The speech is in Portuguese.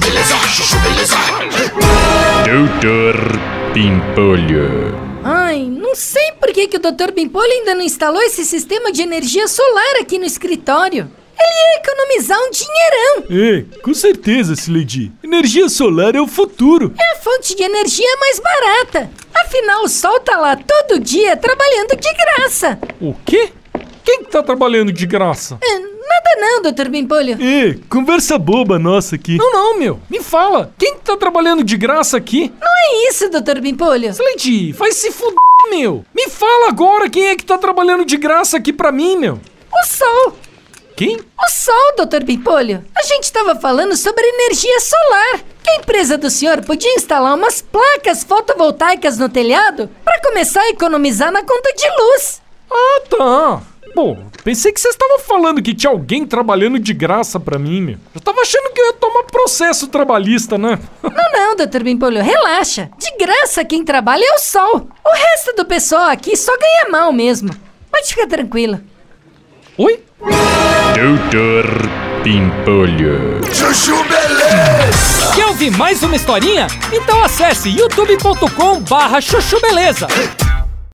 Beleza, chuchu, beleza. Doutor Pimpolho. Ai, não sei por que, que o Dr. Pimpolho ainda não instalou esse sistema de energia solar aqui no escritório. Ele ia economizar um dinheirão. É, com certeza, Sileidi. Energia solar é o futuro. É a fonte de energia mais barata. Afinal, o sol tá lá todo dia trabalhando de graça. O quê? Quem que tá trabalhando de graça? É, nada não, Dr. Pimpolho. É, conversa boba nossa aqui. Não, não, meu. Me fala. Quem que tá trabalhando de graça aqui? Não é isso, Dr. Pimpolho. Sileidi, vai se fuder, meu. Me fala agora quem é que tá trabalhando de graça aqui pra mim, meu. O sol. Quem? O sol, Dr. Pimpolho. A gente estava falando sobre energia solar. Que a empresa do senhor podia instalar umas placas fotovoltaicas no telhado para começar a economizar na conta de luz. Ah, tá. Bom, pensei que vocês estavam falando que tinha alguém trabalhando de graça pra mim, meu. Eu tava achando que eu ia tomar processo trabalhista, né? Não, não, Dr. Bimpolho, relaxa. De graça quem trabalha é o sol. O resto do pessoal aqui só ganha mal mesmo. Pode ficar tranquila. Oi? Doutor Pimpolho. Chuchu, beleza. Quer ouvir mais uma historinha? Então acesse youtube.com barra chuchu beleza.